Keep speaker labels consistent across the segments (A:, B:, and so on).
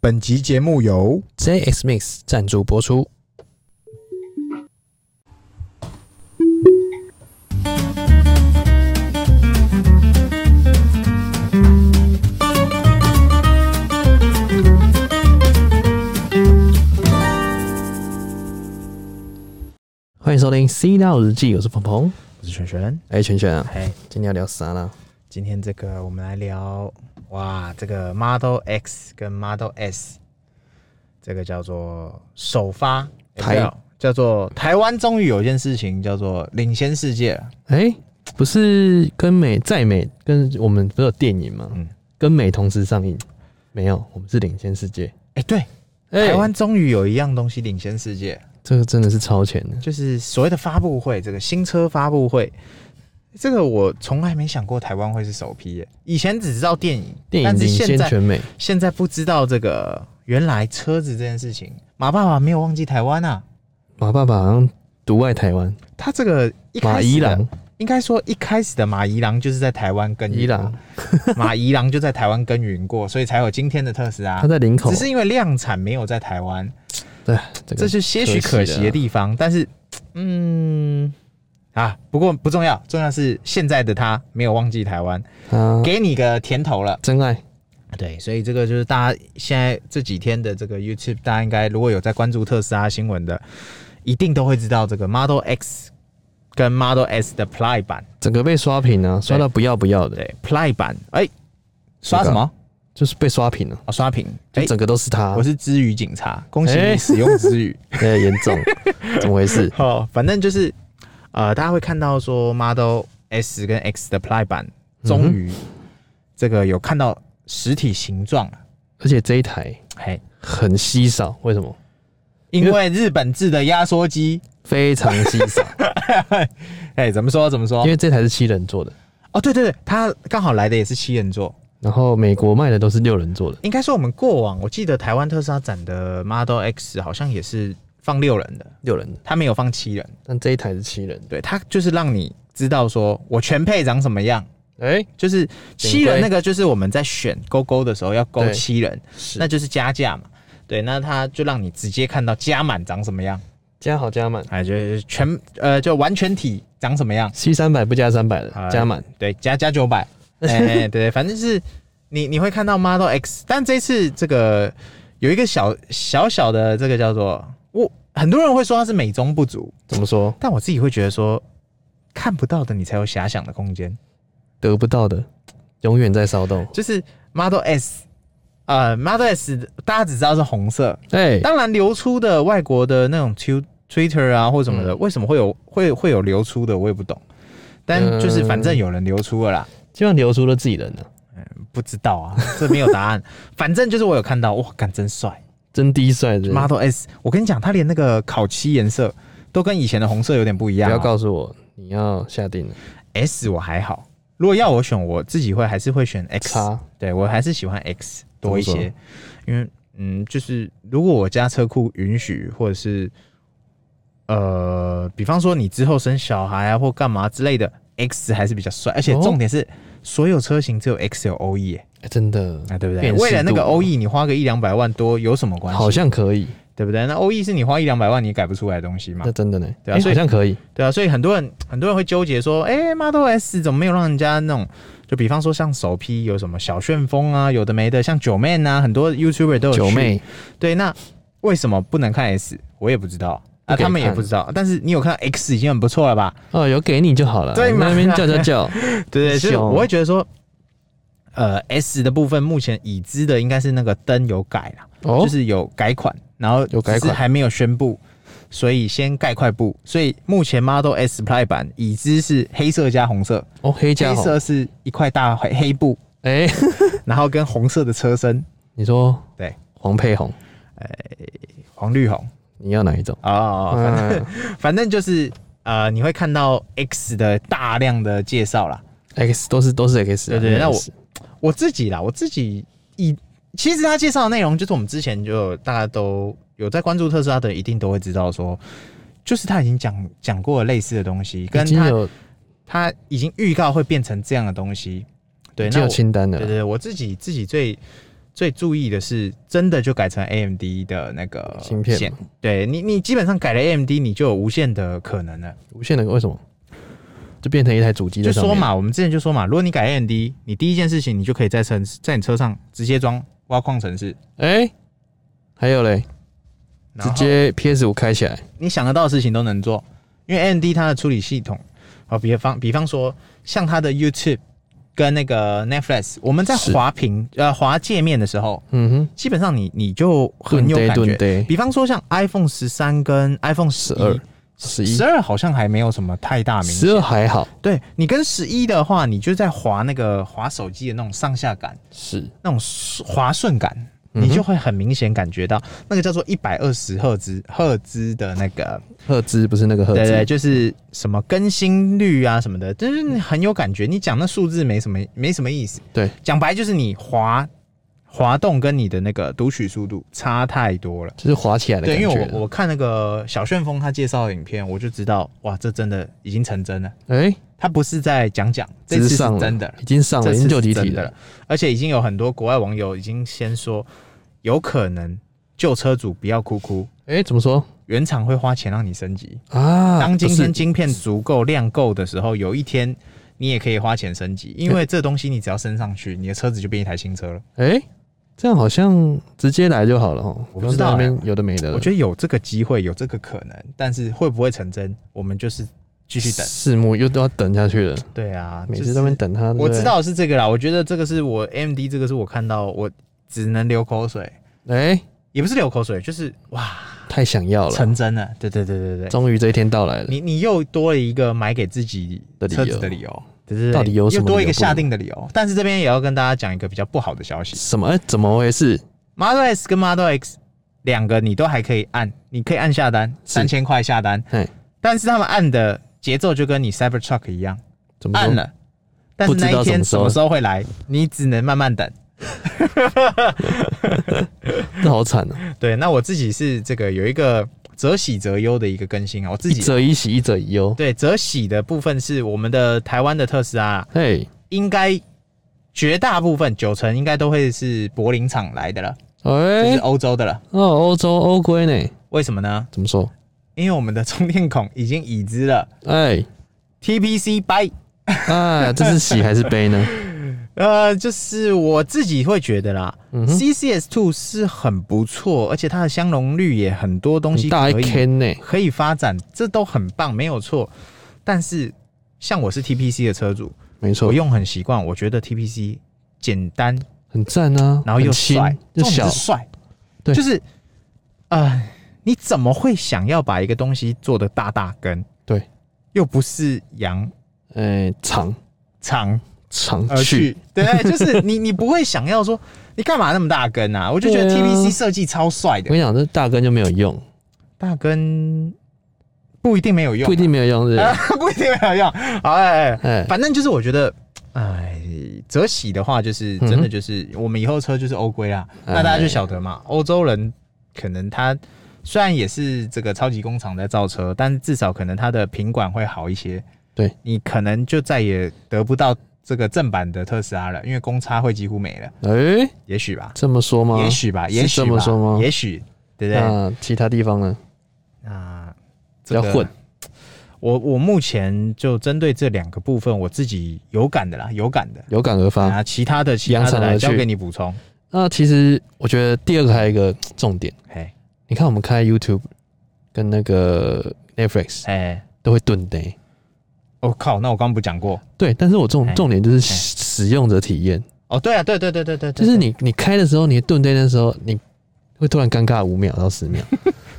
A: 本集节目由
B: JX Mix 赞助播出。欢迎收听《C 道日记》，我是鹏鹏。
A: 我是璇璇。
B: 哎、圈圈啊，
A: 哎，
B: 今天要聊啥呢？
A: 今天这个我们来聊，哇，这个 Model X 跟 Model S，这个叫做首发，有没有叫做台湾终于有一件事情叫做领先世界了。
B: 哎、不是跟美在美跟我们不是有电影吗？
A: 嗯
B: 跟美同时上映，没有，我们是领先世界。
A: 哎、对，
B: 哎
A: 台湾终于有一样东西领先世界，
B: 这个真的是超前的，
A: 就是所谓的发布会，这个新车发布会。这个我从来没想过台湾会是首批耶，以前只知道电影，
B: 电影
A: 但是
B: 领
A: 现
B: 先
A: 在
B: 全美。
A: 现在不知道这个原来车子这件事情，马爸爸没有忘记台湾啊。
B: 马爸爸好像独爱台湾，
A: 他这个一
B: 马
A: 开
B: 伊
A: 始的
B: 朗，
A: 应该说一开始的马伊郎就是在台湾耕耘，
B: 伊朗，
A: 马伊郎就在台湾耕耘过，所以才有今天的特斯拉
B: 他。在林口
A: 啊只，是因为量产没有在台湾，
B: 对，这
A: 这
B: 个
A: 是些许可惜的地方。但是，嗯，啊，不过不重要，重要是现在的他没有忘记台湾，
B: 他
A: 给你个甜头了。
B: 真爱，
A: 对，所以这个就是大家现在这几天的这个 YouTube，大家应该如果有在关注特斯拉新闻的，一定都会知道这个 Model X 跟 Model S 的 Play 版，
B: 整个被刷屏啊，刷到不要不要的，
A: 对 Play 版，哎、刷什么？
B: 就是被刷屏了，
A: 哦，刷屏，哎、
B: 就整个都是他
A: 我，是知语警察，恭喜你
B: 哎
A: 使用知 语。
B: 哎，严重，怎么回事？
A: 哦，反正就是呃，大家会看到说 Model S 跟 X 的 Play 版
B: 嗯
A: 终于这个有看到实体形状了，
B: 而且这一台
A: 嘿，
B: 很稀少，为什么？
A: 因为日本制的压缩机，
B: 非常稀 少，
A: 哎，怎么说怎么说
B: 因？为这台是七人座的，
A: 哦，对对对，它刚好来的也是七人座。
B: 然后美国卖的都是六人座的，
A: 应该说我们过往，我记得台湾特斯拉展的 Model X 好像也是放六人的，
B: 六人的，
A: 它没有放七人。
B: 但这一台是七人的，
A: 对，它就是让你知道说我全配长什么样。
B: 哎，
A: 就是七
B: 顶规
A: 人那个，就是我们在选勾勾的时候要勾
B: 对
A: 七人，
B: 是
A: 那就是加价嘛。对，那它就让你直接看到加满长什么样，
B: 加好加满，
A: 哎，就是全呃就完全体长什么样。
B: 七三百不加三百
A: 好
B: 的，加满，
A: 对，加加九百，哎，对，反正是你你会看到 Model X，但这次这个有一个小小小的这个叫做我，很多人会说它是美中不足，
B: 怎么说
A: 但我自己会觉得说看不到的你才有遐想的空间，
B: 得不到的，永远在骚动，
A: 就是 Model S。呃，Model S 大家只知道是红色，
B: 哎，
A: 当然流出的外国的那种 Tu- Twitter 啊或什么的，为什么会有会会有流出的，我也不懂。但就是反正有人流出了啦，
B: 基本上流出了自己人了，
A: 不知道啊，这没有答 案。反正就是我有看到，哇，干真帅
B: 真低帅的，
A: ，Model S。我跟你讲，它连那个烤漆颜色都跟以前的红色有点不一样、
B: 不
A: 哦。
B: 要告诉我你要下定了，
A: S 我还好，如果要我选，我自己会还是会选 X。
B: 叉
A: 对我还是喜欢 X 多一
B: 怎么
A: 些
B: 说，
A: 因为嗯，就是如果我家车库允许，或者是呃，比方说你之后生小孩啊或干嘛之类的，X 还是比较帅。而且
B: 哦
A: 重点是，所有车型只有 X 有 E OE 耶、
B: 哎真的，
A: 啊，对不对？
B: 辨识度
A: 为了那个 OE，你花个一两百万多有什么关系？
B: 好像可以，
A: 对不对？那 OE 是你花一两百万你也改不出来的东西嘛
B: 那，真的呢，
A: 对啊
B: 哎
A: 所以
B: 好像可以，
A: 对啊。所以很多人很多人会纠结说，哎、m o d e l S 怎么没有让人家那种？就比方说像首批有什么小旋风啊，有的没的，像九妹啊，很多 YouTuber 都有去
B: 九。妹
A: 对，那为什么不能看 S？我也不知道。啊，
B: 不给
A: 他们也
B: 看
A: 不知道，但是你有看到 X 已经很不错了吧？
B: 哦，有给你就好了，
A: 对嘛
B: 那边叫叫叫，
A: 对对，所以
B: 凶
A: 我会觉得说，呃，S 的部分目前已知的应该是那个灯有改啦，
B: 哦
A: 就，是有改款，然后
B: 有改款
A: 只是还没有宣布，所以先盖块布。所以目前 Model S Play 版已知是黑色加红色，
B: 哦黑加
A: 黑
B: 红，
A: 色是一块大黑黑布，
B: 哎，
A: 然后跟红色的车身，
B: 你说
A: 对，
B: 黄配红，
A: 黄绿红
B: 你要哪一种？
A: 哦哦，哦反正、
B: 嗯
A: 反正就是呃，你会看到 X 的大量的介绍啦。
B: ，X 都是都是 X，啊
A: 对对那我
B: X
A: 我自己啦，我自己以其实他介绍的内容，就是我们之前就有大家都有在关注特斯拉的，一定都会知道说，就是他已经讲讲过了类似的东西，跟
B: 已经
A: 他
B: 有
A: 他已经预告会变成这样的东西。对，
B: 已
A: 那
B: 经
A: 我
B: 有清单
A: 对对
B: 了，
A: 对，我自己自己最最注意的是，真的就改成 AMD 的那个
B: 芯片
A: 线对你，你基本上改了 AMD，你就有无限的可能了。
B: 无线的为什么就变成一台主机在
A: 就
B: 上
A: 说
B: 面？
A: 嘛，我们之前就说嘛，如果你改 AMD，你第一件事情你就可以在车在你车上直接装挖矿程式，
B: 哎、还有嘞，
A: 然
B: 直
A: 后
B: 接 PS 五开起来，
A: 你想得到的事情都能做，因为 AMD 它的处理系统，啊，比方比方说像它的 YouTube 跟那个 Netflix，我们在
B: 是
A: 滑屏呃滑界面的时候，
B: 嗯
A: 基本上你你就
B: 哼，
A: 很有感
B: 顿
A: 觉。
B: 得
A: 比方说像 iPhone 十三跟 iPhone 十
B: 12
A: 一、
B: 十一
A: 十二好像还没有什么太大名
B: 十
A: 气。
B: 二还好，
A: 对你跟十一的话，你就在滑那个滑手机的那种上下感，
B: 是
A: 那种滑顺感，
B: 嗯哼
A: 你就会很明显感觉到那个叫做一百二十赫兹赫兹的那个，
B: 赫兹不是那个赫兹，
A: 对对，就是什么更新率啊什么的，就是你很有感觉。你讲那数字没什么没什么意思，
B: 对，
A: 讲白就是你滑滑动跟你的那个读取速度差太多了。
B: 就是滑起来的感
A: 对，
B: 觉。
A: 因为我我看那个小旋风他介绍的影片，我就知道，哇，这真的已经成真了。
B: 哎，
A: 他不是在讲讲，这
B: 直
A: 次是
B: 上了
A: 真的了，
B: 已经上了，
A: 这
B: 已
A: 次
B: 经
A: 是
B: 就集体
A: 真的
B: 了
A: 了。，而且已经有很多国外网友已经先说，有可能旧车主不要哭哭，
B: 哎，怎么说
A: 原厂会花钱让你升级。
B: 啊？
A: 当今
B: 不
A: 天
B: 是
A: 晶片足够量够的时候，有一天你也可以花钱升级，因为这东西你只要升上去，你的车子就变一台新车了。
B: 哎，这样好像直接来就好了哦。
A: 我不知道
B: 刚才那
A: 哎
B: 边有的没的了，
A: 我觉得有这个机会，有这个可能，但是会不会成真，我们就是继续等。
B: 拭目又都要等下去了，
A: 对啊，
B: 每
A: 就
B: 次
A: 是
B: 都边等他。
A: 我
B: 对不对
A: 知，道是这个啦，我觉得这个是我 AMD 这个是我看到我只能流口水，
B: 哎，
A: 也不是流口水，就是哇
B: 太想要了，
A: 成真了，对对对对对，
B: 终于这一天到来了。
A: 你你又多了一个买给自己
B: 的理由
A: 车子的理由，对对对
B: 到底有什么
A: 又多一
B: 理由
A: 个
B: 不
A: 下定的理由？但是这边也要跟大家讲一个比较不好的消息
B: 什么？哎，怎么回事？
A: ，Model S 跟 Model X 两个你都还可以按，你可以按下单，
B: 是
A: 三千块下单
B: 嘿，
A: 但是他们按的节奏就跟你 Cybertruck 一样，
B: 怎么说
A: 按？了。但是
B: 不知
A: 那
B: 道
A: 一天
B: 什
A: 什
B: 么时候
A: 么时候会来，你只能慢慢等。
B: 这好惨啊！
A: 对，那我自己是这个有一个则喜则忧的一个更新啊，我 自
B: 一
A: 己
B: 者一喜，一者一忧。
A: 对则喜的部分是我们的台湾的特斯拉，
B: 嘿，
A: 应该绝大部分九成应该都会是柏林厂来的了，就
B: 哎
A: 是，欧洲的了。
B: 哦，欧洲欧规呢？
A: 为什么呢？
B: 怎么说？
A: 因为我们的充电孔已经已知了
B: 哎
A: TPC 掰。
B: 哎，这是喜还是悲呢？
A: 呃，就是我自己会觉得啦、
B: 嗯哼
A: c c s Two 是很不错，而且它的相容率也很多 东西
B: 很大
A: 可
B: 一
A: 以
B: can 呢？
A: 可以发展，这都很棒，没有错。但是像我是 TPC 的车主，
B: 没错
A: 我，用很习惯，我觉得 TPC 简单，
B: 很赞啊，
A: 然后又
B: 很轻
A: 帅，
B: 又
A: 重
B: 小
A: 点是，帅，
B: 对
A: 就是，呃，你怎么会想要把一个东西做的大大根？
B: 对，
A: 又不是羊
B: 哎，长
A: 长
B: 长
A: 而呃去
B: 去，，
A: 对，哎就是你你不会想要说你干嘛那么大根啊？我就觉得
B: 对啊
A: TPC 设计超帅
B: 我
A: 的，
B: 跟你讲，这大根就没有用，
A: 啊大根不一定没有用，
B: 不一定没有用，是不 是？
A: 不一定没有用，好哎。哎
B: 哎，
A: 反正就是我觉得，哎，泽喜的话就是真
B: 嗯
A: 的
B: 哼
A: 就是、我们以后车就是欧规啦，
B: 哎
A: 那大家就晓得嘛，欧洲人可能他虽然也是这个超级工厂在造车，但至少可能他的品管会好一些。
B: 对
A: 你可能就再也得不到这个正版的特斯拉了，因为公差会几乎没了，
B: 哎，
A: 也许吧，
B: 这么说吗？
A: 也许吧，
B: 是
A: 也许
B: 这么
A: 吧
B: 说吗
A: 也许，对不对？
B: 那其他地方呢？
A: 啊，
B: 比较
A: 这个
B: 混。
A: 我我目前就针对这两个部分，我自己有感的啦，有感的。
B: 有感而发。
A: 啊，其他的其他
B: 扬
A: 的
B: 长
A: 来
B: 而去
A: 交给你补充。
B: 那其实我觉得第二个还有一个重点，
A: 哎
B: 你看我们开 YouTube 跟那个 Netflix
A: 哎，
B: 都会顿呆，
A: 我、靠，那我刚刚不讲过
B: 对，但是我重
A: 哎
B: 重点就是使使用者体验，
A: 哦？对啊，对对对对对，对
B: 就是你你开的时候，你顿呆的时候，你会突然尴尬五秒到十 秒，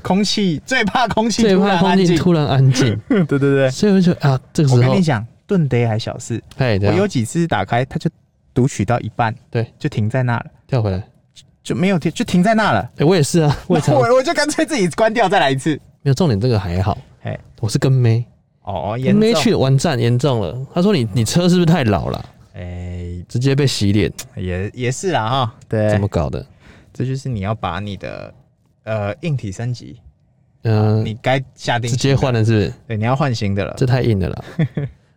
A: 空气最怕空气
B: 最
A: 突
B: 怕
A: 然
B: 空
A: 安
B: 气
A: 静，
B: 突然安静，
A: 对对 对。
B: 所以我就觉得啊，这个时
A: 我
B: 候
A: 跟你讲，盾杯还小事，
B: 哎，
A: 我
B: 对啊
A: 有几次打开它就读取到一半，
B: 对，
A: 就停在那了，
B: 跳回来。
A: 就没有停，就停在那了。
B: 哎、我也是啊，我也
A: 那
B: 常
A: 我我就干脆自己关掉，再来一次。
B: 没有重点，这个还好。
A: 哎，
B: 我是跟妹，
A: 哦，严
B: 跟
A: 重
B: 妹去完站严重了。他说你你车是不是太老了，
A: 哎，
B: 直接被洗脸，
A: 也也是啦哈，对
B: 怎么，搞的？
A: 这就是你要把你的呃硬体升级，
B: 嗯、
A: 你该下定
B: 直
A: 型
B: 接
A: 的
B: 换，了是不是？
A: 对，你要换新的了。
B: 这太硬了啦。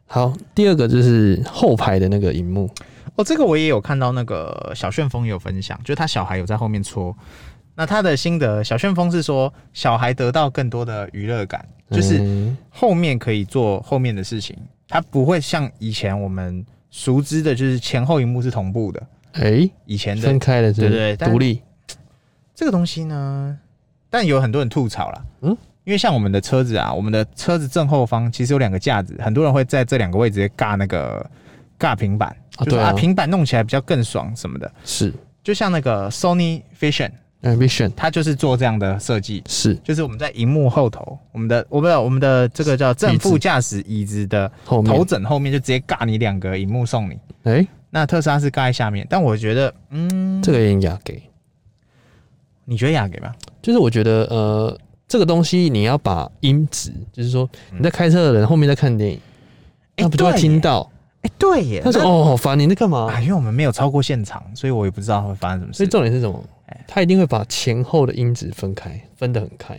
B: 好，第二个就是后排的那个荧幕，
A: 哦，这个我也有看到，那个小旋风有分享，就是他小孩有在后面戳。那他的心得，小旋风是说小孩得到更多的娱乐感，就是
B: 嗯
A: 后面可以做后面的事情，他不会像以前我们熟知的，就是前后一幕是同步的。
B: 哎、
A: 以前的
B: 分开了是不是，
A: 对对对但
B: 独立，
A: 这个东西呢，但有很多人吐槽啦，
B: 嗯
A: 嗯，因为像我们的车子啊，我们的车子正后方其实有两个架子，很多人会在这两个位置尬那个尬平板，就
B: 啊
A: 说
B: 对啊
A: 啊平板弄起来比较更爽什么的。
B: 是
A: 就像那个 Sony Vision，
B: ambition
A: 它就是做这样的设计，
B: 是
A: 就是我们在荧幕后头，我们的我们的我们的这个叫正
B: 椅子
A: 副驾驶椅子的
B: 后面
A: 头枕后面就直接尬你两个荧幕送你。
B: 哎、
A: 那特斯拉是尬在下面，但我觉得，嗯，
B: 这个也雅给，
A: 你觉得雅给吧？
B: 就是我觉得呃，这个东西你要把音质，就是说你在开车的人后面在看电影，
A: 哎
B: 那不就会
A: 嗯对
B: 听
A: 耶
B: 到？
A: 哎、对耶，
B: 他说
A: 那
B: 哦，好烦，你在干嘛
A: 啊，？因为我们没有超过现场，所以我也不知道会发生什么
B: 所以
A: 事。
B: 重点是什么？
A: 哎
B: 他一定会把前后的音质分开，分得很开。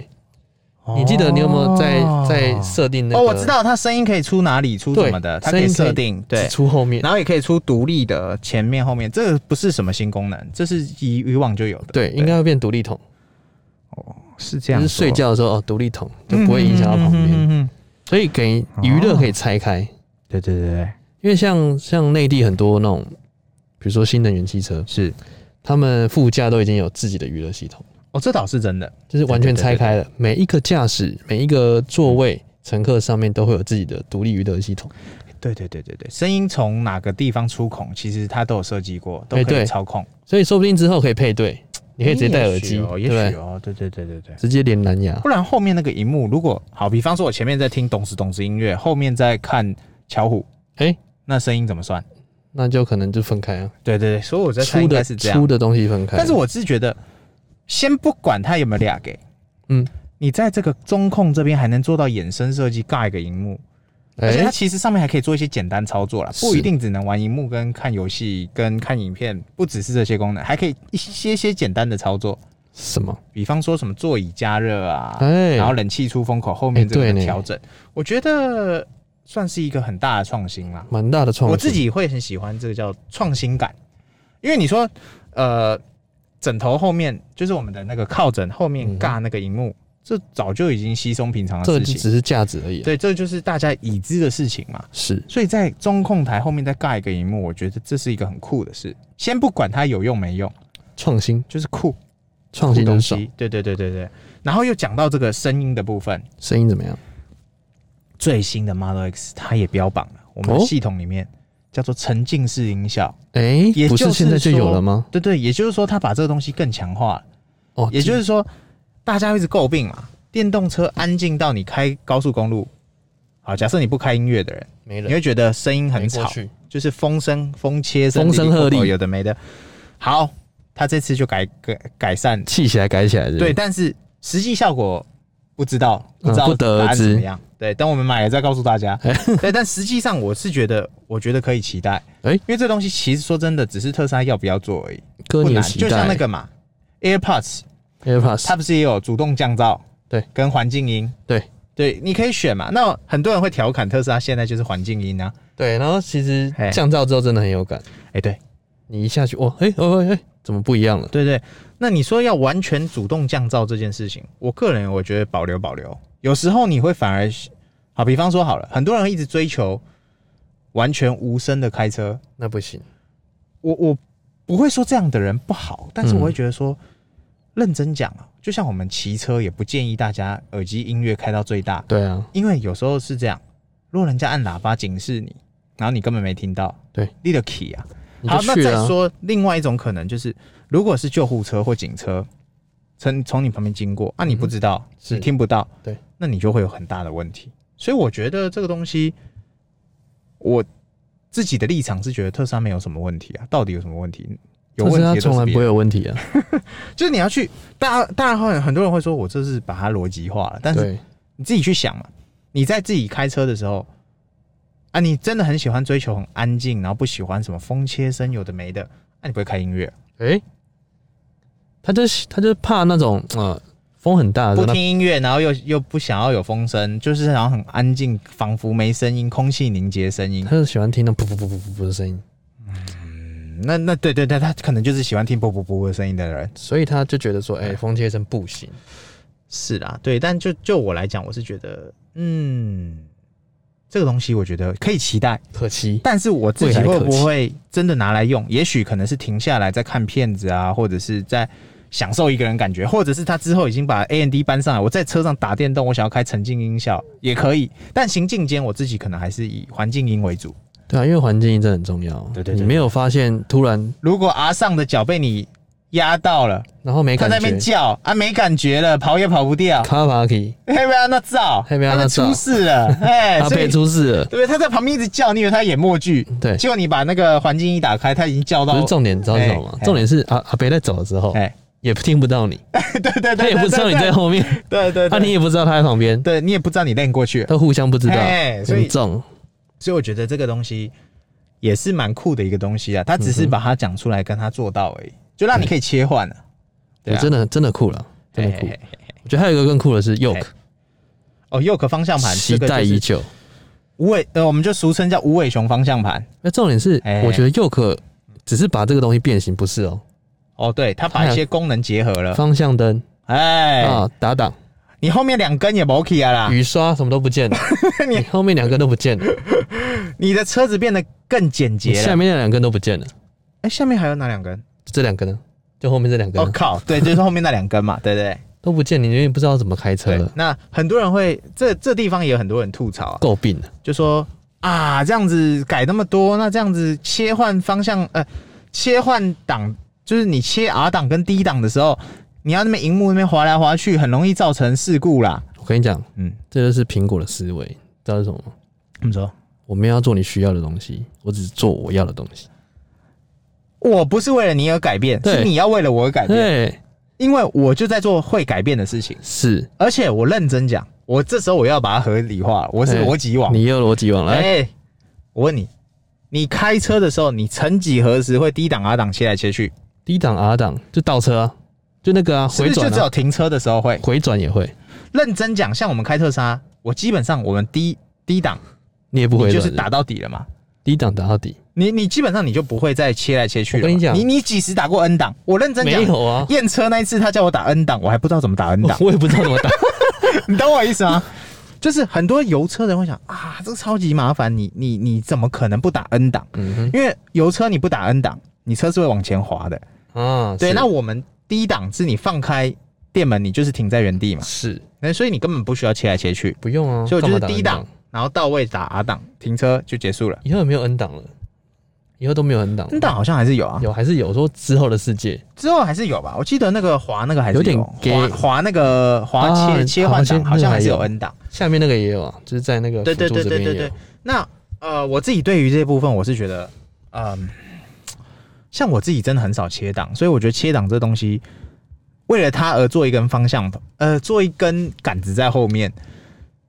B: 你记得你有没有在
A: 哦
B: 在设定那个？
A: 哦，我知道它声音可以出哪里出
B: 对
A: 什么的，它
B: 声
A: 可以
B: 音可以
A: 设定对
B: 只，出后面。
A: 然后也可以出独立的前面后面，这个不是什么新功能，这是以以往就有的。
B: 对，应该会变独立筒，
A: 是这
B: 就
A: 样
B: 是
A: 说。
B: 睡觉的时候哦，独立筒就不会影响到旁
A: 啊嗯嗯嗯
B: 边，
A: 嗯嗯
B: 所以给娱乐可以拆开。
A: 对对对对，
B: 因为像像内地很多那种，比如说新能源汽车，
A: 是
B: 他们副驾都已经有自己的娱乐系统，
A: 哦，这倒是真的。
B: 就是完全拆开了，每一个驾驶、每一个座位、乘客上面都会有自己的独立娱乐系统。
A: 对对对对对，声音从哪个地方出孔，其实它都有设计过，都
B: 哎
A: 可
B: 对
A: 以操控。
B: 所以说不定之后可以配对，你可以直接戴耳机，
A: 也许哦，
B: 对
A: 也
B: 不
A: 许
B: 对？
A: 哦，对对对对对。
B: 直接连蓝牙，
A: 不然后面那个荧幕，如果好，比方说我前面在听懂时懂时音乐，后面在看巧虎，
B: 哎
A: 那声音怎么算？
B: 那就可能就分开啊，
A: 对对对，所以我在猜
B: 出
A: 应
B: 的
A: 该是这
B: 出
A: 样。
B: 的东西分开。
A: 但是我是觉得，先不管它有没有俩给，
B: 嗯，
A: 你在这个中控这边还能做到衍生设计，尬一个荧幕，而且
B: 哎
A: 它其实上面还可以做一些简单操作啦，
B: 是
A: 不一定只能玩荧幕跟看游戏跟看影片，不只是这些功能，还可以一些些简单的操作，
B: 什么？
A: 比方说什么座椅加热啊，
B: 哎
A: 然后冷气出风口后面这
B: 哎
A: 个
B: 对呢
A: 调整，我觉得算是一个很大的创新啦。
B: 蛮大的创新。
A: 我自己会很喜欢这个叫创新感，因为你说，呃，枕头后面就是我们的那个靠枕后面
B: 嗯
A: 尬那个荧幕，这早就已经稀松平常
B: 这
A: 的
B: 个
A: 事
B: 就
A: 情。
B: 只是架子而已啊，
A: 啊对，这就是大家已知的事情嘛。
B: 是
A: 所以在中控台后面再尬一个荧幕，我觉得这是一个很酷的事。先不管它有用没用，
B: 创新，
A: 就是酷
B: 创新
A: 酷
B: 很
A: 东
B: 爽。
A: 西。对对对对对。然后又讲到这个声音的部分，
B: 声音怎么样？
A: 最新的 Model X 它也标榜了，我们
B: 哦
A: 的系统里面叫做沉浸式音效。
B: 哎，
A: 也
B: 不
A: 就是是
B: 现在就有了吗？
A: 对对，也就是说，他把这个东西更强化了。
B: 哦，
A: 也就是说，大家会一直诟病嘛，电动车安静到你开高速公路，好，假设你不开音乐的人，
B: 没
A: 你会觉得声音很
B: 没过
A: 吵，
B: 去
A: 就是风声、风切声、
B: 风声鹤唳
A: 有的没的。好，他这次就改改改善，
B: 气起来改起来是不是
A: 对，但是实际效果不知道，不知
B: 嗯
A: 道
B: 不得而
A: 答案怎么
B: 知
A: 样。对，等我们买了再告诉大家。对，但实际上我是觉得，我觉得可以期待，
B: 哎
A: 因为这东西其实说真的，只是特斯拉要不要做而已。
B: 哥
A: 不
B: 你的
A: 难，
B: 期
A: 就像那
B: 待
A: 个嘛，AirPods，
B: AirPods，
A: 它不是也有主动降噪，
B: 对，
A: 跟环境音，
B: 对
A: 对，你可以选嘛。那很多人会调侃特斯拉现在就是环境音啊，
B: 对，然后其实
A: 嘿
B: 降噪之后真的很有感，
A: 哎、对
B: 你一下去哇，哎哦哎哎，怎么不一样了？
A: 对对，那你说要完全主动降噪这件事情，我个人我觉得保留保留，有时候你会反而好，比方说好了，很多人一直追求完全无声的开车，
B: 那不行，
A: 我我不会说这样的人不好，但是
B: 嗯
A: 我会觉得说，认真讲啊，就像我们骑车也不建议大家耳机音乐开到最大，
B: 对啊，
A: 因为有时候是这样，如果人家按喇叭警示你，然后你根本没听到，
B: 对，
A: 你的 key 啊。
B: 你就
A: 好，那
B: 去
A: 再
B: 啊，
A: 说另外一种可能就是，如果是救护车或警车从从你旁边经过，啊，你不知道，
B: 嗯是
A: 你听不到，
B: 对，
A: 那你就会有很大的问题。所以我觉得这个东西，我自己的立场是觉得特斯拉没有什么问题啊，到底有什么问题？有
B: 特
A: 问
B: 斯拉
A: 题的都
B: 从
A: 是
B: 来
A: 别
B: 不
A: 人
B: 会有问题啊，
A: 就是你要去，大家当然很很多人会说我这是把它逻辑化了，但是
B: 对，
A: 你自己去想嘛，你在自己开车的时候，啊，你真的很喜欢追求很安静，然后不喜欢什么风切声，有的没的，啊那、你不会开音乐，
B: 哎，他就他就怕那种啊风很大的时
A: 不
B: 候，那
A: 听音乐，然后又又不想要有风声，就是然后很安静，仿佛没声音，空气凝结声音
B: 他。就喜欢听那噗噗噗噗噗噗的声音，
A: 那那对对对，他可能就是喜欢听啵啵啵的声音的人。
B: 所以他就觉得说，哎、风切声不行。
A: 是啦，对，但就就我来讲，我是觉得，嗯，这个东西我觉得可以期待，
B: 可惜
A: 但是我自己
B: 未来
A: 会
B: 可期
A: 不会真的拿来用？也许可能是停下来在看片子啊，或者是在享受一个人感觉，或者是他之后已经把 A N D 搬上来，我在车上打电动，我想要开沉浸音效也可以。但行进间，我自己可能还是以环境音为主。
B: 对啊，因为环境音真的很重要。
A: 对对对
B: 你没有发现突然，
A: 如果阿上的脚被你压到了，
B: 然后没
A: 他
B: 感
A: 在那边
B: 觉，
A: 叫啊，没感觉了，跑也跑不掉，
B: 卡巴基
A: 黑不要那照，
B: 黑不要
A: 他
B: 那
A: 就
B: 照
A: 出事了， 哎，
B: 他
A: 所以
B: 被出事了。
A: 对不对？他在旁边一直叫，你以为他演默剧，
B: 对，
A: 结果你把那个环境一打开，他已经叫
B: 不
A: 到
B: 是，重点，你知道是什么吗
A: 哎？哎
B: 重点是阿阿北在走的时候，
A: 哎，
B: 也听不到你，
A: 对对对，
B: 他也
A: 对
B: 不知道你，在后面，
A: 对对对
B: 那
A: 对，
B: 你也不知道他在旁边，
A: 对你也不知道你练过去了，
B: 都互相不知道，
A: 哎所以
B: 很重。
A: 所以我觉得这个东西也是蛮酷的一个东西啊。他只是把它讲出来，跟他做到而已，就让你可以切换了。对
B: 我
A: 啊哎
B: 真的真的酷了，真的酷
A: 嘿。嘿嘿
B: 我觉得还有一个更酷的是 Yoke，
A: 哦，右壳方向哎盘，
B: 期
A: 这个就
B: 待
A: 是
B: 已久。
A: 无尾，呃，我们就俗称叫无尾熊方向盘。
B: 那重点是
A: 哎，
B: 我觉得 Yoke 只是把这个东西变形，不是哦，
A: 哦，对，它把一些功能结合了。
B: 方向灯
A: 哎，
B: 啊、打挡、
A: 你后面两根也 o k 啊啦，
B: 雨刷什么都不见了，
A: 你
B: 你后面两根都不见了，
A: 你的车子变得更简
B: 你
A: 洁
B: 下
A: 了。
B: 面那两根都不见了，
A: 哎，下面还有哪两根？
B: 这两根呢？就后面这两根
A: 我
B: 呢、
A: 靠，对，就是后面那两根嘛，对对
B: 都不见，你永远不知道怎么开车
A: 对。对
B: 了，
A: 那很多人会，这这地方也有很多人吐槽啊，
B: 诟病了。
A: 就说啊，这样子改那么多，那这样子切换方向，呃，切换档，就是你切 R 档跟 D 档的时候，你要那边荧幕那边滑来滑去，很容易造成事故啦。
B: 我跟你讲，
A: 嗯，
B: 这就是苹果的思维，知道是什么吗？
A: 怎么说？
B: 我没有要做你需要的东西，我只是做我要的东西。
A: 我不是为了你而改变，
B: 对
A: 是你要为了我而改变，
B: 对，
A: 因为我就在做会改变的事情。
B: 是
A: 而且我认真讲，我这时候我要把它合理化，我是
B: 哎
A: 逻辑王。
B: 你又逻辑往来，
A: 哎、我问你，你开车的时候，你曾几何时会低档 R 档切来切去？
B: 低档 R 档就倒车啊，就那个啊，
A: 是
B: 回
A: 不是就
B: 转
A: 只有
B: 啊，
A: 停车的时候会？
B: 回转也会，
A: 认真讲，像我们开特斯拉，我基本上我们低低档，
B: 你也不回
A: 你
B: 转，
A: 就是打到底了嘛。
B: 低档打到底，
A: 你你基本上你就不会再切来切去了嘛。
B: 我跟你讲
A: 你你几时打过 N 档？我认真
B: 没
A: 讲，
B: 有啊，
A: 验车那一次他叫我打 N 档，我还不知道怎么打 N 档。
B: 我也不知道怎么 打。
A: 你懂我意思吗？就是很多油车人会想啊，这个超级麻烦，你你你怎么可能不打 N 档？
B: 嗯
A: 因为油车你不打 N 档，你车是会往前滑的。
B: 哼，啊，
A: 对，
B: 是
A: 那我们低档是你放开电门，你就是停在原地嘛，
B: 是
A: 那所以你根本不需要切来切去，
B: 不用啊，
A: 所以我就是
B: 干嘛打
A: 低
B: N
A: 档，然后到位打 R 档，停车就结束了。
B: 以后也没有 N 档了，以后都没有 N 档了
A: N 档好像还是有啊，
B: 有还是有说之后的世界
A: 之后还是有吧？我记得那个滑那个还是
B: 有点
A: 滑
B: gay
A: 滑那个滑切、
B: 啊
A: 切换
B: 好像
A: 档，好像还是有
B: 那个还
A: N 档。
B: 下面那个也有啊，就是在那个
A: 对对
B: 辅助
A: 对
B: 这
A: 对
B: 边
A: 对
B: 也有啊
A: 对。那呃，我自己对于这部分，我是觉得，嗯，像我自己真的很少切档，所以我觉得切档这东西，为了它而做一根方向，呃，做一根杆子在后面，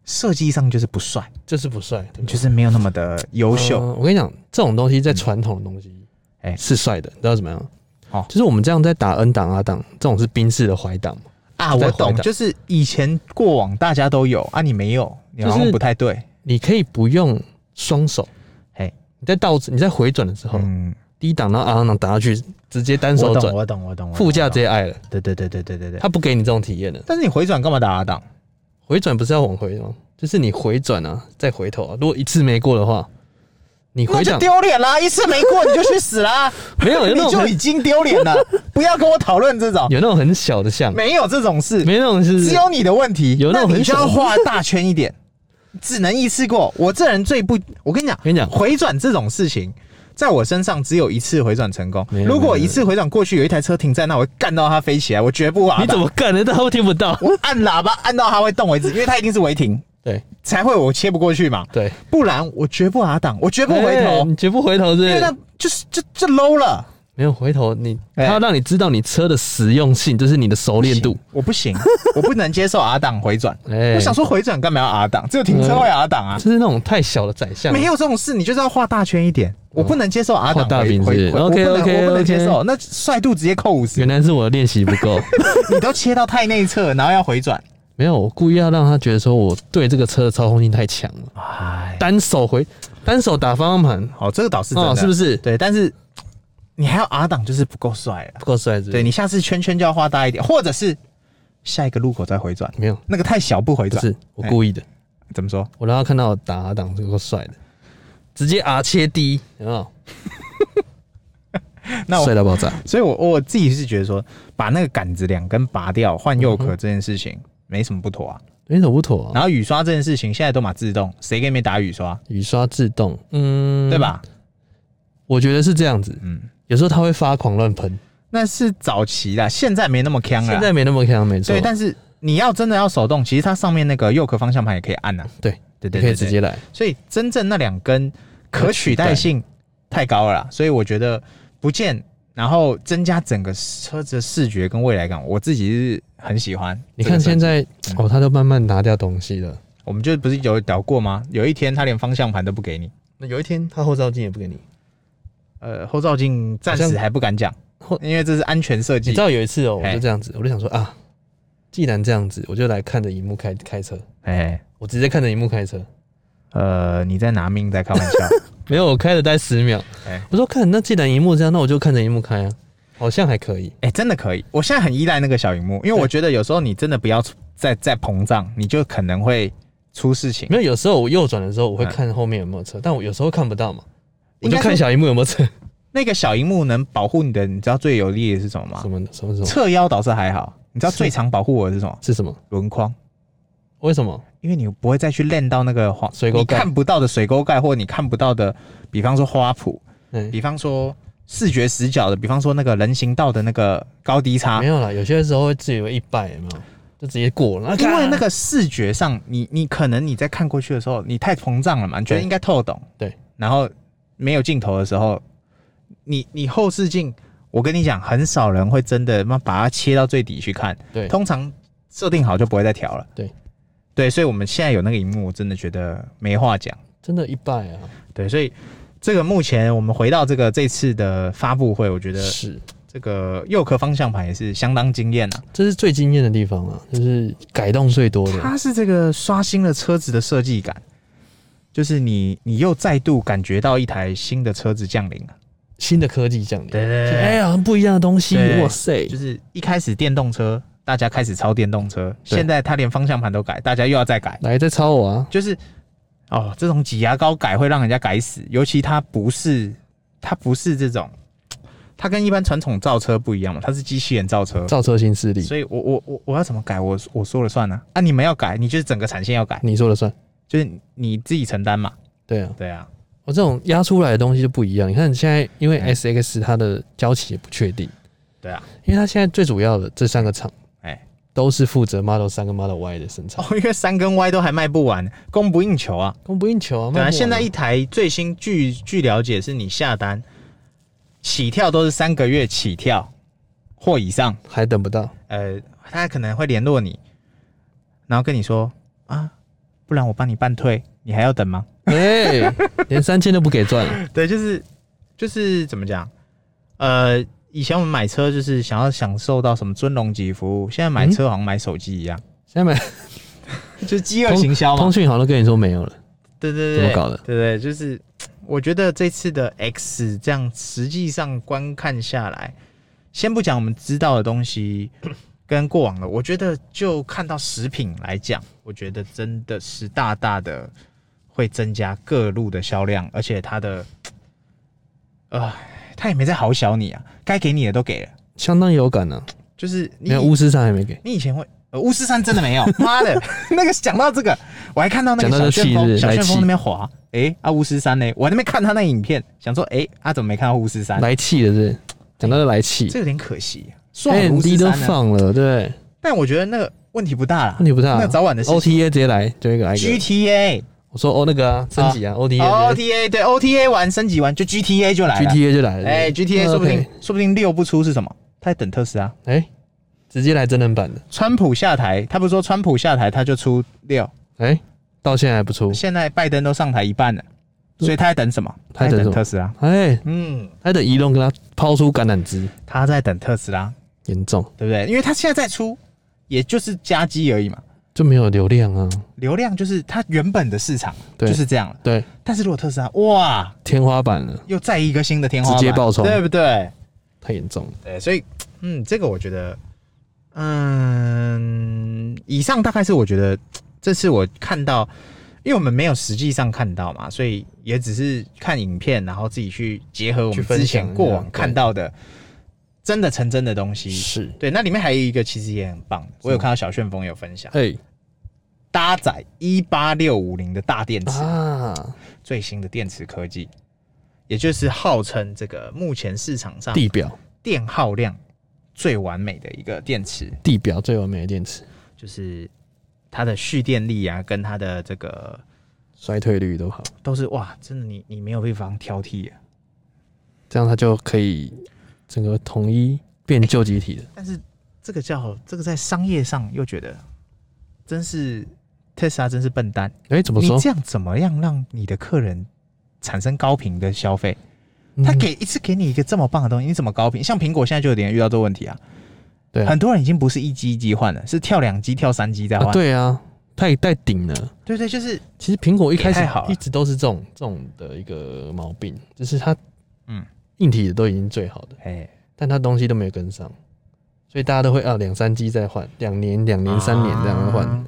A: 设计上就是不帅，
B: 就是不帅，对不对
A: 就是没有那么的优秀。
B: 嗯我跟你讲，这种东西在传统的东西，
A: 哎
B: 是帅的，你知道怎么样吗？
A: 哦
B: 就是我们这样在打 N 档 R 档，这种是宾士的怀档嘛，
A: 啊，
B: 在
A: 我
B: 怀
A: 懂，
B: 档
A: 就是以前过往大家都有啊，你没有，你好
B: 就
A: 像
B: 是
A: 不太对。
B: 你可以不用双手，
A: 嘿
B: 你在倒你在回转的时候，
A: 嗯，
B: 低档然后 R 档打下去，直接单手
A: 我懂，
B: 转，
A: 我懂，我懂。我懂
B: 副驾直，接矮了，
A: 对对对对对对对。
B: 他不给你这种体验的。
A: 但是你回转干嘛打 R 档？
B: 回转不是要往回吗？就是你回转啊，再回头啊。如果一次没过的话，你
A: 那
B: 回
A: 就
B: 档
A: 丢脸啦！一次没过你就去死啦！
B: 没有有
A: 你
B: 那种
A: 就已
B: 很
A: 经丢脸 了，不要跟我讨论这种，
B: 有那种很小的像，
A: 没有这种事，
B: 没那种是
A: 只有你的问题。
B: 有
A: 那
B: 那种
A: 你
B: 很
A: 就
B: 小
A: 要画大圈一点， 只能一次过。我这人最不，我跟你讲，
B: 跟你讲
A: 回转这种事情。在我身上只有一次回转成功
B: 没，有
A: 如果
B: 没有
A: 一次回转过去有一台车停在那，我会干到它飞起来，我绝不啊！
B: 你怎么干的？他都听不到。
A: 我按喇叭按到它会动为止，因为它一定是违停
B: 对
A: 才会我切不过去嘛，
B: 对，
A: 不然我绝不打档，我绝不回
B: 哎
A: 头，
B: 你绝不回头是不
A: 因为
B: 是
A: 那就是就就 low 了。
B: 没有回头，你他
A: 哎
B: 要让你知道你车的实用性，就是你的熟练度。
A: 我不行， 我不能接受 R 档回 转。
B: 哎
A: 我想说回转干嘛要 R 档？只有停车会 R 档啊，
B: 就是那种太小的宰相，
A: 没有这种事，你就是要画大圈一点。我不能接受 R 档
B: 哦画大
A: 回
B: 饼是不
A: 回
B: 是
A: 回，我不
B: OK，OK，
A: 能我不能
B: OK
A: 接受，那帅度直接扣五 十
B: 原。来是我的练习不 够。
A: 你都切到太内侧，然后要回转，
B: 没有，我故意要让他觉得说我对这个车的操控性太强了，
A: 哎，
B: 单手回单手打方向盘
A: 好，这个倒是真
B: 哦，
A: 的，
B: 是不？是？
A: 对，但是你还有 R 档就是不够帅了。
B: 不够帅是不是？
A: 对你下次圈圈就要画大一点，或者是下一个路口再回转，
B: 没有，
A: 那个太小不回
B: 不
A: 转。
B: 是我故意的，
A: 怎么说？
B: 我让他看到我打 R 档是够帅的，直接 R 切 D，有没有？
A: 那我
B: 帅到爆炸，
A: 所以我，我自己是觉得说，把那个杆子两根拔掉换右
B: 嗯
A: 壳这件事情、没什么不妥啊。
B: 没什么不妥啊。
A: 然后雨刷这件事情现在都嘛自动，谁给你们打雨刷，
B: 雨刷自动，嗯，
A: 对？吧？
B: 我觉得是这样子，
A: 嗯，
B: 有时候它会发狂乱喷，
A: 那是早期啦，现在没那么坑了
B: 现
A: 啦。
B: 在没那么强，没错
A: 啊对，，但是你要真的要手动，其实它上面那个右壳方向盘也可以按呐、啊。
B: 对，
A: 对
B: 你
A: 对
B: 可
A: 对
B: 以直。接来，
A: 对所以真正那两根可取代性太高了啦，所以我觉得不见，然后增加整个车子的视觉跟未来感，我自己是很喜欢。
B: 你看
A: 这个设计
B: 现在哦，它都慢慢拿掉东西了。
A: 我们就不是有聊过吗？有一天他连方向盘都不给你，
B: 那有一天它后照镜也不给你。
A: 呃，后照镜暂
B: 好
A: 时
B: 像
A: 还不敢讲
B: 后，
A: 因为这是安全设
B: 你
A: 计
B: 知。道有一次哦，我
A: 哎
B: 就这样子，我就想说啊，既然这样子，我就来看着荧幕开开车，
A: 哎，
B: 我直接看着荧幕开车，
A: 呃，你在拿命在开玩笑？
B: 没有，我开了待十秒
A: 哎。
B: 我说看，那既然荧幕这样，那我就看着荧幕开啊，好像还可以。
A: 哎、真的可以。我现在很依赖那个小荧幕，因为我觉得有时候你真的不要再再膨胀，你就可能会出事情。
B: 没有，有时候我右转的时候，我会看后面有没有车，但我有时候看不到嘛，我
A: 嗯应
B: 就
A: 该说
B: 看小荧幕有没有车。
A: 那个小荧幕能保护你的，你知道最有利的是什么吗
B: 什？么什么什么
A: 侧腰倒是还好，你知道最常保护我的是什么？
B: 是什么？
A: 轮框。
B: 为什么？
A: 因为你不会再去练到那个花
B: 水沟盖
A: 你看不到的水沟盖，或你看不到的，比方说花圃，
B: 嗯，
A: 比方说视觉死角的，比方说那个人行道的那个高低差
B: 没，有啦，有些时候会自以为一百，有没有？就直接过了，啊
A: 因为那
B: 个
A: 个视觉上，你你可能你在看过去的时候，你太膨胀了嘛，你觉得
B: 对
A: 应该透懂，
B: 对，
A: 然后没有镜头的时候，你你后视镜，我跟你讲，很少人会真的妈把它切到最底去看，
B: 对
A: 通常设定好就不会再调了，
B: 对，
A: 对，所以我们现在有那个荧幕，我真的觉得没话讲。
B: 真的一百啊，
A: 对，所以这个目前我们回到这个这次的发布会，我觉得
B: 是，
A: 这个右壳方向盘也是相当惊艳啊。
B: 这是最惊艳的地方啊，就是改动最多的，
A: 它是这个刷新了车子的设计感，就是你你又再度感觉到一台新的车子降临了。
B: 新的科技降临，
A: 对对对
B: 哎呀，不一样的东西，
A: 对
B: 哇塞
A: 就，是一开始电动车大家开始超电动车，
B: 对
A: 现在它连方向盘都改，大家又要再改，
B: 来再抄我啊，
A: 就是哦，这种挤牙膏改会让人家改死，尤其它不是它不是这种。它跟一般传统造车不一样嘛，它是机器人造车，
B: 造车新势力，
A: 所以我我我我要怎么改？我我说了算呢、啊。你们要改，你就是整个产线要改，
B: 你说了算，
A: 就是你自己承担嘛。
B: 对啊，
A: 对啊，
B: 我这种压出来的东西就不一样，你看现在因为
A: 嗯
B: S X 它的交期也不确定，
A: 对啊。
B: 因为它现在最主要的这三个厂，
A: 哎，
B: 都是负责 Model 三跟 Model Y 的生产
A: 哦，，因为三跟 Y 都还卖不完，供不应求啊。
B: 供不应求
A: 对
B: 啊，卖不完
A: 啊，现在一台最新据据了解是你下单起跳都是三个月起跳或以上，
B: 还等不到，
A: 呃，他可能会联络你，然后跟你说啊，不然我帮你办退，你还要等吗？
B: 哎，连三千都不给赚了，
A: 对，就是就是怎么讲？呃，以前我们买车就是想要享受到什么尊荣级服务，现在买车好像买手机一样，
B: 现在买
A: 嗯就是饥饿行销嘛啊
B: 通。讯行都跟你说没有了，
A: 对对
B: 怎
A: 对，
B: 么搞的？
A: 对对，就是我觉得这次的 X 这样实际上观看下来，先不讲我们知道的东西跟过往的，我觉得就看到食品来讲，我觉得真的是大大的会增加各路的销量，而且它的，呃，它也没在好小你啊，该给你的都给了，
B: 相当有感呢、啊。
A: 就是你
B: 没有巫师上还没给，
A: 你以前会。呃，巫师三真的没 有，妈的，那个讲到这个，我还看到那
B: 讲
A: 个
B: 到这
A: 小旋
B: 气是不
A: 风，
B: 是
A: 小
B: 来
A: 旋风
B: 气
A: 那边滑，哎、啊巫师三呢？我还在那边看他那影片，想说，哎、啊怎么没看到巫师三？
B: 来气的是讲到这来气
A: 这有点可惜、啊，
B: 哎
A: 算了巫师
B: AMD 都
A: 三呢，
B: 放了，对，
A: 但我觉得那个问题不大啦，
B: 问题不大。啊
A: 那早晚的事情
B: OTA 直接来，就一个来一个。
A: GTA
B: 我说哦那个啊，升级啊
A: 哦
B: ，OTA 直接
A: OTA 对 OTA 完升级完就 GTA 就来了，
B: GTA 就来了。
A: 哎、GTA
B: 嗯
A: 说不定
B: OK
A: 说不定六不出是什么？他在等特斯拉，
B: 哎，直接来真人版的，
A: 川普下台，他不是说川普下台他就出六，
B: 哎，到现在还不出，
A: 现在拜登都上台一半了，所以他在等什么？
B: 他在等什么
A: 特斯拉。
B: 哎，
A: 嗯，
B: 还得移动跟他抛出橄榄枝，
A: 他在等特斯拉，
B: 严重。
A: 对不对？因为他现在在出，也就是加机而已嘛。
B: 就没有流量啊。
A: 流量就是它原本的市场
B: 对
A: 就是这样了。
B: 对，
A: 但是如果特斯拉，哇，
B: 天花板了，
A: 又再一个新的天花板，
B: 直接爆冲
A: 对不对？
B: 太严重了。
A: 对，所以，嗯，这个我觉得，嗯，以上大概是我觉得这次我看到，因为我们没有实际上看到嘛，所以也只是看影片，然后自己去结合我
B: 去
A: 们
B: 分
A: 之
B: 享
A: 前
B: 一
A: 过
B: 下
A: 往
B: 对
A: 看到的真的成真的东西。
B: 是，
A: 对，那里面还有一个其实也很棒的，我有看到小旋风有分享
B: 哎
A: 搭载一八六五零的大电池，
B: 啊，
A: 最新的电池科技，也就是号称这个目前市场上
B: 地表
A: 电耗量最完美的一个电池，
B: 地表最完美的电池，
A: 就是它的蓄电力啊，跟它的这个
B: 衰退率都好，
A: 都是哇，真的你你没有地方挑剔、啊。
B: 这样它就可以整个统一变旧集体了。
A: 但是这个叫这个在商业上又觉得真是 Tesla 真是笨蛋，
B: 哎、怎么
A: 你
B: 说？
A: 这样怎么样让你的客人产生高频的消费？
B: 嗯
A: 他给一次给你一个这么棒的东西，你怎么高频？像苹果现在就有点遇到这个问题啊，
B: 对啊
A: 很多人已经不是一机一机换了，是跳两机、跳三机在换。
B: 啊，对啊，它也带顶了。
A: 对对，就是
B: 其实苹果一开始
A: 也太好了
B: 一直都是这种这种的一个毛病，就是它，
A: 嗯，
B: 硬体的都已经最好的，
A: 哎，
B: 但它东西都没有跟上，所以大家都会啊两三机再换，两年、两年、三年这样换
A: 啊，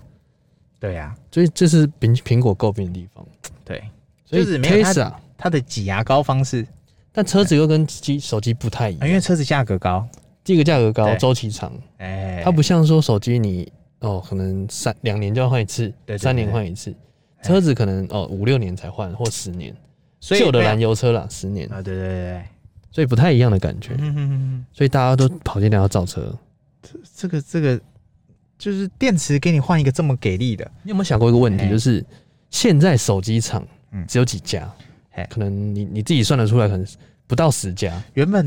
A: 对呀、
B: 所以这是苹苹果诟病的地方。
A: 对，
B: 所以
A: 就是没有它
B: Tesla，
A: 它的挤牙膏方式，
B: 但车子又跟机手机不太一
A: 啊
B: 样，
A: 因为车子价格高，
B: 这个价格高，
A: 对
B: 周期长，
A: 哎，
B: 它不像说手机你哦可能三两年就要换一次
A: 对对，
B: 三年
A: 对
B: 换一次，
A: 哎
B: 车子可能哦五六年才换或十年，
A: 所以
B: 旧的
A: 没有
B: 燃油车啦十年，
A: 啊，对对对
B: 所以不太一样的感觉
A: 对，。嗯哼哼哼
B: 所以大家都跑进来要造车。
A: 这个这个就是电池给你换一个这么给力的，
B: 你有没有想过一个问题，
A: 哎
B: 就是现在手机厂
A: 嗯
B: 只有几家
A: 哎，
B: 可能你你自己算得出来，可能不到十家，
A: 原本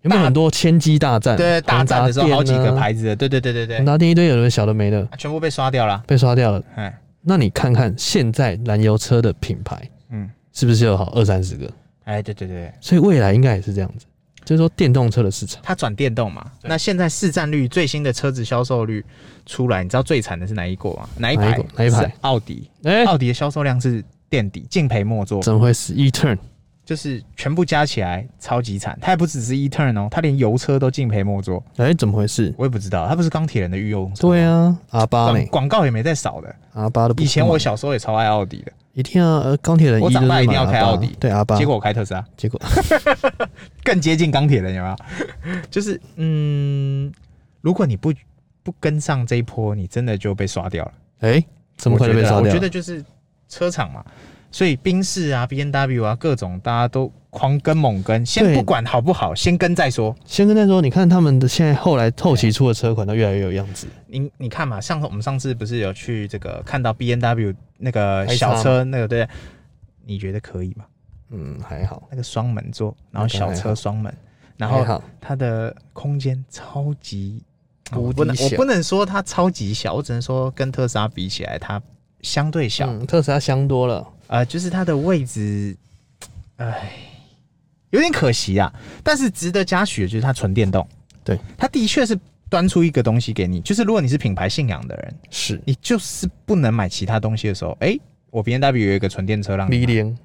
B: 有没有
A: 大
B: 很多千机大战？
A: 对大战的时候好几个
B: 牌，
A: 牌子的，对对对对对
B: 宏，啊达店一堆有的小的没的
A: 啊全部被刷掉了，
B: 被刷掉了。
A: 哎，
B: 那你看看现在燃油车的品牌
A: 嗯，
B: 是不是有好二三十个？
A: 哎，对对对对，
B: 所以未来应该也是这样子，就是说电动车的市场，
A: 它转电动嘛，那现在市占率最新的车子销售率出来，你知道最惨的是哪一国吗？哪一
B: 哪一
A: 排
B: 国？哪一排
A: 是奥迪，
B: 哎、
A: 奥迪的销售量是垫底，敬陪末座。
B: 怎么会是 E turn？
A: 就是全部加起来超级惨。它也不只是 E turn 哦，它连油车都敬陪末座。
B: 哎、怎么回事？
A: 我也不知道，它不是钢铁人的御用车吗，
B: 对啊，阿巴
A: 广
B: 呢？
A: 广告也没在少的。
B: 阿巴的不
A: 以前
B: 不
A: 我
B: 买
A: 小时候也超爱奥迪的，
B: 一定要呃钢铁人，
A: 我长大
B: 就是
A: 一定要
B: 买
A: 开
B: 阿巴
A: 奥迪
B: 对阿巴，
A: 结果我开特斯拉，
B: 结果
A: 更接近钢铁人，有没有？ 就是嗯，如果你不不跟上这一波，你真的就被刷掉了。
B: 哎、怎么
A: 我
B: 会
A: 觉
B: 被
A: 得
B: 杀
A: 啦
B: 掉？
A: 我觉得就是车厂嘛，所以宾士啊、B N W 啊，各种大家都狂跟猛跟，先
B: 对
A: 不管好不好，先跟再说。
B: 先跟大家说，你看他们的现在后来后期出的车款都越来越有样子，
A: 你你看嘛，上次我们上次不是有去这个看到 B N W 那个
B: iX
A: 小
B: 吗
A: 车那个对，你觉得可以吗？
B: 嗯，还好，
A: 那个双门座，然后
B: 那个
A: 小
B: 还
A: 车
B: 好
A: 双门，然
B: 还
A: 后
B: 好，
A: 它的空间超级，啊
B: 无
A: 我
B: 敌
A: 不能我
B: 小
A: 不能说它超级小，我只能说跟特斯拉比起来，它相对小，
B: 嗯，特斯拉香多了，
A: 呃，就是它的位置，哎，有点可惜啊。但是值得嘉许的就是它纯电动，
B: 对，
A: 它的确是端出一个东西给你，就是如果你是品牌信仰的人。
B: 是
A: 你就是不能买其他东西的时候，哎、我 B N W 有一个纯电车让你
B: 李
A: 买，
B: 连，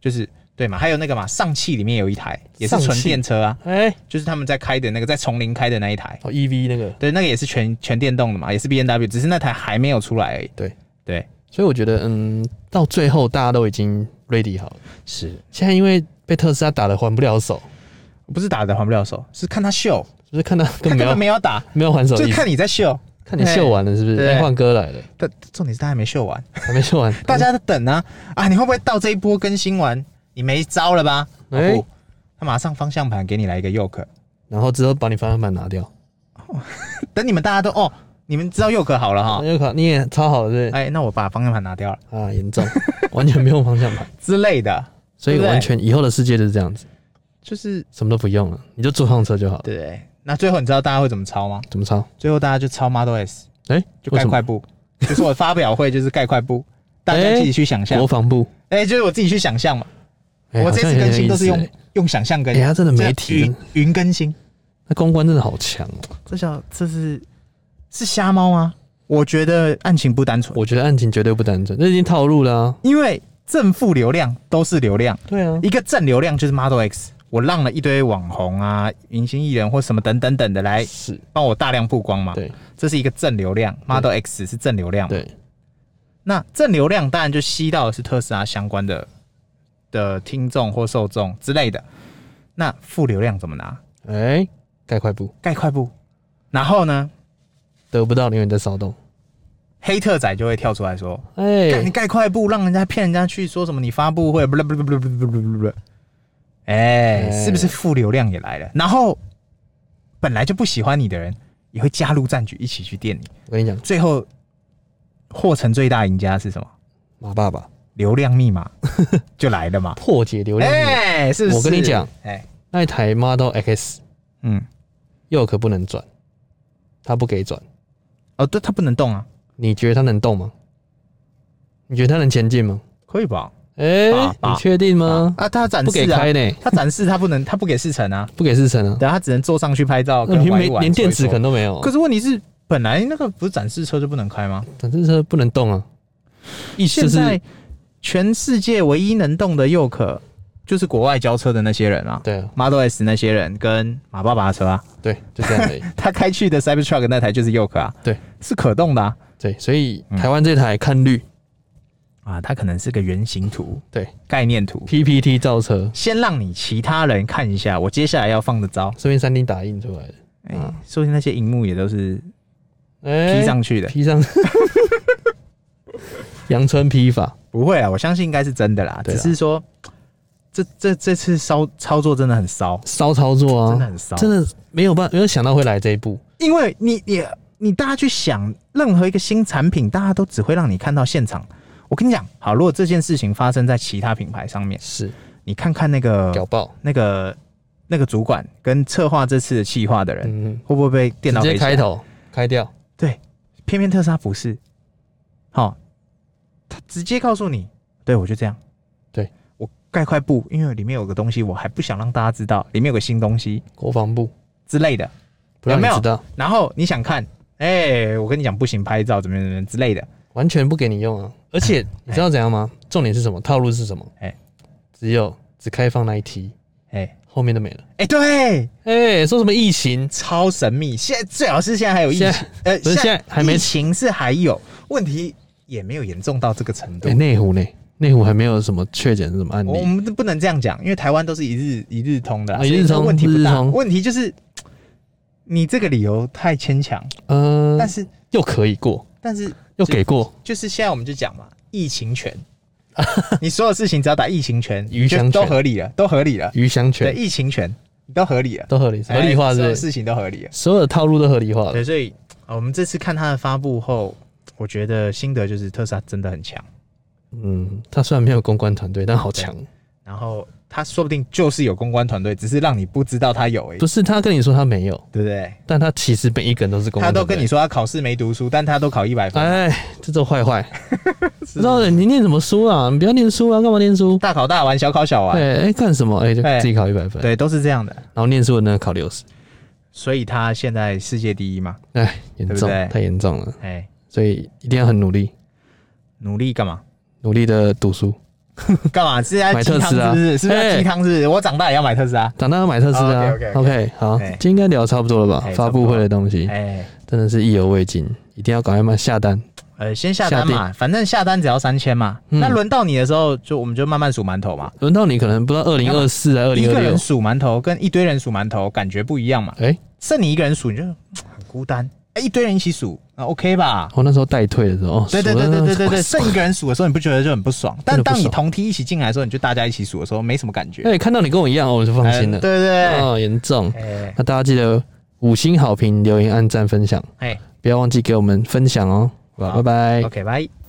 A: 就是对嘛，还有那个嘛，上汽里面有一台也是
B: 上汽
A: 纯电车啊，
B: 哎、
A: 就是他们在开的那个在丛林开的那一台，
B: 哦，EV 那个，
A: 对，那个也是全全电动的嘛，也是 B N W，只是那台还没有出来而已。
B: 对
A: 对，
B: 所以我觉得，嗯，到最后大家都已经 ready 好了，
A: 是
B: 现在因为被特斯拉打的还不了手，
A: 不是打的还不了手，是看他秀，
B: 就是看到
A: 他
B: 根
A: 根
B: 本没有
A: 本没有打，
B: 没有还手
A: 就
B: 的意
A: 是
B: 思，
A: 看你在秀，
B: 看你秀完了是不是？
A: 对
B: 哎换歌来了，
A: 但重点是他还没秀完，
B: 还没秀完，
A: 大家在等啊啊，你会不会到这一波更新完，你没招了吧？哦
B: 哎
A: 不，他马上方向盘给你来一个 yoke。
B: 然后之后把你方向盘拿掉，
A: 等你们大家都哦，你们知道佑可好了哈
B: 那，就考哎你也超好了是不
A: 哎，那我把方向盘拿掉了
B: 是？啊，严重， 完全没有 方向盘，
A: 之类的，
B: 所以
A: 对不对
B: 完全以后的世界就是这样子。
A: 就是
B: 什么都不用了，你就坐上车就好了。
A: 对。那最后你知道大家会怎么抄吗？
B: 怎么抄？
A: 最后大家就抄 Model S，
B: 哎、
A: 就
B: 为
A: 盖
B: 什么
A: 块布，就是我发表会就是盖块 布，大家自己去想象
B: 国，防部？
A: 哎、就是我自己去想象嘛。
B: 哎
A: 我这次更新都是用、
B: 好像有点意思
A: 用想象更
B: 哎、
A: 新，
B: 他真的
A: 这嗯
B: 媒体
A: 云，云更新，
B: 那公关真的好强哦、
A: 这叫这是是瞎猫吗？我觉得案情不单纯，
B: 我觉得案情绝对不单纯，这已经套路啦、啊
A: 因为正负流量都是流量，
B: 对啊，
A: 一个正流量就是 Model X，我让了一堆网红啊、明星艺人或什么等等等的来
B: 是，
A: 帮我大量曝光嘛，
B: 对
A: 这是一个正流量，Model X 是正流量嘛，
B: 对，
A: 那正流量当然就吸到的是特斯拉相关的的听众或受众之类的，那负流量怎么拿？
B: 哎、盖块布
A: 盖块布，然后呢，
B: 得不到永远在骚动，
A: 黑特仔就会跳出来说，
B: 哎、
A: 干你盖块布，让人家骗人家去说什么你发布会，不不不不不不不不，哎，
B: 哎
A: 是不是负流量也来了？然后本来就不喜欢你的人也会加入战局，一起去电你，
B: 我跟你讲，
A: 最后获成最大赢家是什么？
B: 马爸爸
A: 流量密 码就来了嘛。
B: 破解流量密码、
A: 哎、是不是？
B: 我跟你讲，
A: 哎、
B: 那一台 Model X
A: 嗯，
B: 右可不能转，他不给转，
A: 哦，对，它不能动啊，
B: 你觉得它能动吗？你觉得它能前进吗？
A: 可以吧？
B: 哎、
A: 爸爸
B: 你确定吗？
A: 啊，它展
B: 嗯不给
A: 示啊
B: 开，呢，
A: 它展示它不能，它不给试乘啊，
B: 不给试乘啊，
A: 对啊，它只能坐上去拍照，
B: 那
A: 跟
B: 连
A: 玩
B: 没
A: 一玩
B: 连电池
A: 搓一搓
B: 可能都没有啊
A: 可，是问题是，本来那个不是展示车就不能开吗？
B: 反正车不能动啊。意思
A: 现
B: 就是
A: 在全世界唯一能动的右可，就是国外交车的那些人啊
B: 对啊，
A: ，Model S 那些人跟马爸爸的车啊，
B: 对，就这样而已。
A: 他开去的 Cybertruck 那台就是右可啊，
B: 对，
A: 是可动的啊。
B: 对，所以台湾这台看绿
A: 啊，它可能是个原型图，
B: 对，
A: 概念图，
B: PPT 造车，
A: 先让你其他人看一下我接下来要放的招。
B: 顺便三 D 打印出来的，
A: 哎、
B: 嗯
A: 说不定那些荧幕也都是
B: 哎、
A: P 上去的。
B: 披上， 阳春披法，
A: 不会啊，我相信应该是真的啦，
B: 对
A: 只
B: 啦
A: 是说这这这次骚操作真的很骚，
B: 骚操作啊，
A: 真的很骚
B: 真的没有办没有想到会来这一步，
A: 因为你你你大家去想，任何一个新产品，大家都只会让你看到现场。我跟你讲，好，如果这件事情发生在其他品牌上面，
B: 是
A: 你看看那
B: 屌
A: 个
B: 爆，
A: 那个那个主管跟策划这次的企划的人，
B: 嗯，
A: 会不会被电
B: 直
A: 脑
B: 接
A: 给
B: 开头开掉，
A: 对，偏偏特斯拉不是，好、他直接告诉你，对我就这样，
B: 对
A: 我盖块布，因为里面有个东西，我还不想让大家知道，里面有个新东西
B: 国防部
A: 之类的。
B: 不
A: 有
B: 让你
A: 没有
B: 知道，
A: 然后你想看，哎、我跟你讲不行，拍照怎么样怎么样之类的，
B: 完全不给你用啊，而且你知道怎样吗？重点是什么？套路是什么？
A: 哎
B: 只有只开放那一题，
A: 哎、
B: 后面都没了。
A: 哎、对，
B: 哎、说什么疫情？
A: 超神秘。现在最好是现在还有疫情
B: 现在，
A: 呃，
B: 不是现在还没
A: 疫情是还有，问题也没有严重到这个程度。
B: 哎、内湖呢？内湖还没有什么确诊什么案
A: 我我
B: 例，
A: 们不能这样讲，因为台湾都是一日一日通的啊，
B: 啊一日通
A: 所以问题不
B: 日
A: 大。
B: 通
A: 问题就是你这个理由太牵强，
B: 嗯、
A: 但是
B: 又可以过，
A: 但是
B: 又给过，
A: 就是现在我们就讲嘛，疫情权，你所有事情只要打疫情权，
B: 余香
A: 就都
B: 权
A: 合理了，都合理了，
B: 鱼香
A: 对，
B: 权
A: 疫情权都合理了，
B: 都合理，合理化
A: 哎
B: 是
A: 所
B: 不
A: 有
B: 是？
A: 事情都合理了。
B: 所有的套路都合理化了
A: 对，。所以呃我们这次看它的发布后，我觉得心得就是特斯拉真的很强，
B: 嗯，他虽然没有公关团队，但好强。
A: 然后它说不定就是有公关团队，只是让你不知道它有而已，
B: 不是他跟你说他没有，
A: 对不对？
B: 但他其实每一个人都是公
A: 他
B: 关
A: 都
B: 团队。
A: 跟你说他考试没读书，但他都考一百分，
B: 哎，这种 坏坏。不知道你念什么书啊？你不要念书啊，干嘛念书？
A: 大考大玩，小考小玩，
B: 哎哎，干什么？哎，就
A: 哎
B: 自己考一百分，
A: 对，都是这样的。
B: 然后念书的呢考六十，
A: 所以他现在世界第一嘛，
B: 哎，严
A: 对不
B: 重，
A: 对
B: 太严重了，
A: 哎，
B: 所以一定要很努力，
A: 努力干嘛？
B: 努力的读书。
A: 干嘛？是在
B: 买
A: 鸡
B: 特
A: 汤
B: 斯
A: 是
B: 拉
A: 不是？是不是在
B: 哎
A: 鸡汤？是不是？我长大也要买特斯拉。
B: 长大要买特斯拉
A: 哦
B: 啊。
A: ，OK，OK，OK
B: OK，好，
A: 哎
B: 今天应该聊差不多了吧
A: 哎？
B: 发布会的东西
A: 哎，
B: 真的是意犹未尽，一定要赶快买下单。
A: 呃，先下单嘛，反正下单只要三千嘛。
B: 嗯
A: 那轮到你的时候，就我们就慢慢数馒头嘛。
B: 轮到你可能不知道二零二四啊，二
A: 一
B: 零
A: 个
B: 二六
A: 人，数馒头跟一堆人数馒头感觉不一样嘛。
B: 哎，
A: 剩你一个人数，你就嗯很孤单。哎，一堆人一起数，啊，OK 吧？
B: 我那时候待退的时候，哦
A: 对对
B: 数
A: 对
B: 了
A: 对对对对，
B: 快
A: 剩一个人数的时候，你不觉得就很不爽？但
B: 真的不
A: 当你
B: 爽
A: 同梯一起进来的时候，你就大家一起数的时候，没什么感觉。
B: 哎，看到你跟我一样，哦我就放心了。
A: 嗯对对哎
B: 哦，严重。
A: 对，
B: 那大家记得五星好评、留言、按赞、分享，
A: 哎
B: 不要忘记给我们分享哦。好吧，
A: 好
B: 拜拜
A: 哎。，OK，拜。